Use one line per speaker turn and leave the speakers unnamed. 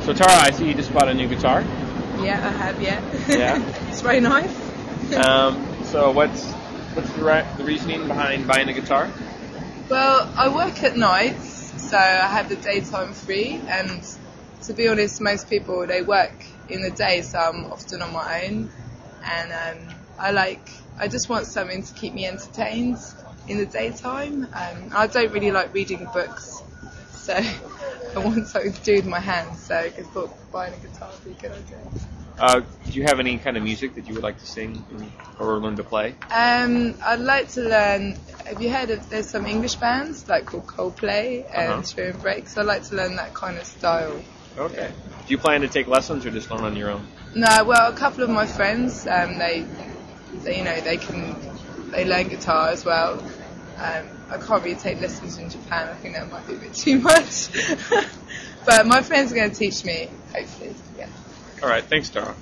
So Tara, I see you just bought a new guitar.
Yeah, I have, yeah.
Yeah.
it's very nice.
Um, so what's what's the, ri- the reasoning behind buying a guitar?
Well, I work at nights, so I have the daytime free, and to be honest, most people they work in the day, so I'm often on my own, and um, I like I just want something to keep me entertained in the daytime. Um, I don't really like reading books, so I want something to do with my hands. So I just thought buying a guitar would be a good idea.
Uh, do you have any kind of music that you would like to sing or learn to play?
Um, I'd like to learn. Have you heard of? There's some English bands like called Coldplay and
Uh-huh.
Spring Break. So I'd like to learn that kind of style.
Okay. Do you plan to take lessons or just learn on your own?
No, well, a couple of my friends, um, they, they, you know, they can, they learn guitar as well. Um, I can't really take lessons in Japan. I think that might be a bit too much. but my friends are going to teach me, hopefully. Yeah.
All right. Thanks, Tara.